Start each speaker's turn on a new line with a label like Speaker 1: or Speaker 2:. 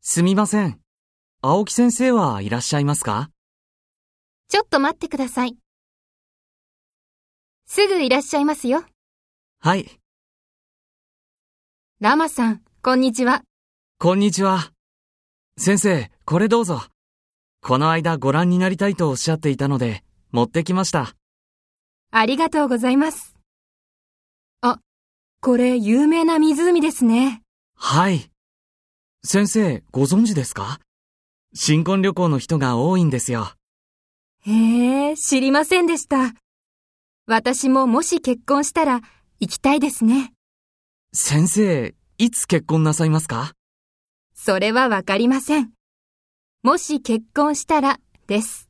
Speaker 1: すみません。青木先生はいらっしゃいますか
Speaker 2: ちょっと待ってください。すぐいらっしゃいますよ。
Speaker 1: はい、
Speaker 2: ラマさん、こんにちは。
Speaker 1: こんにちは。先生、これどうぞ。この間ご覧になりたいとおっしゃっていたので、持ってきました。
Speaker 2: ありがとうございます。あ、これ有名な湖ですね。
Speaker 1: はい。先生、ご存知ですか新婚旅行の人が多いんですよ。
Speaker 2: へえ、知りませんでした。私ももし結婚したら行きたいですね。
Speaker 1: 先生、いつ結婚なさいますか
Speaker 2: それはわかりません。もし結婚したらです。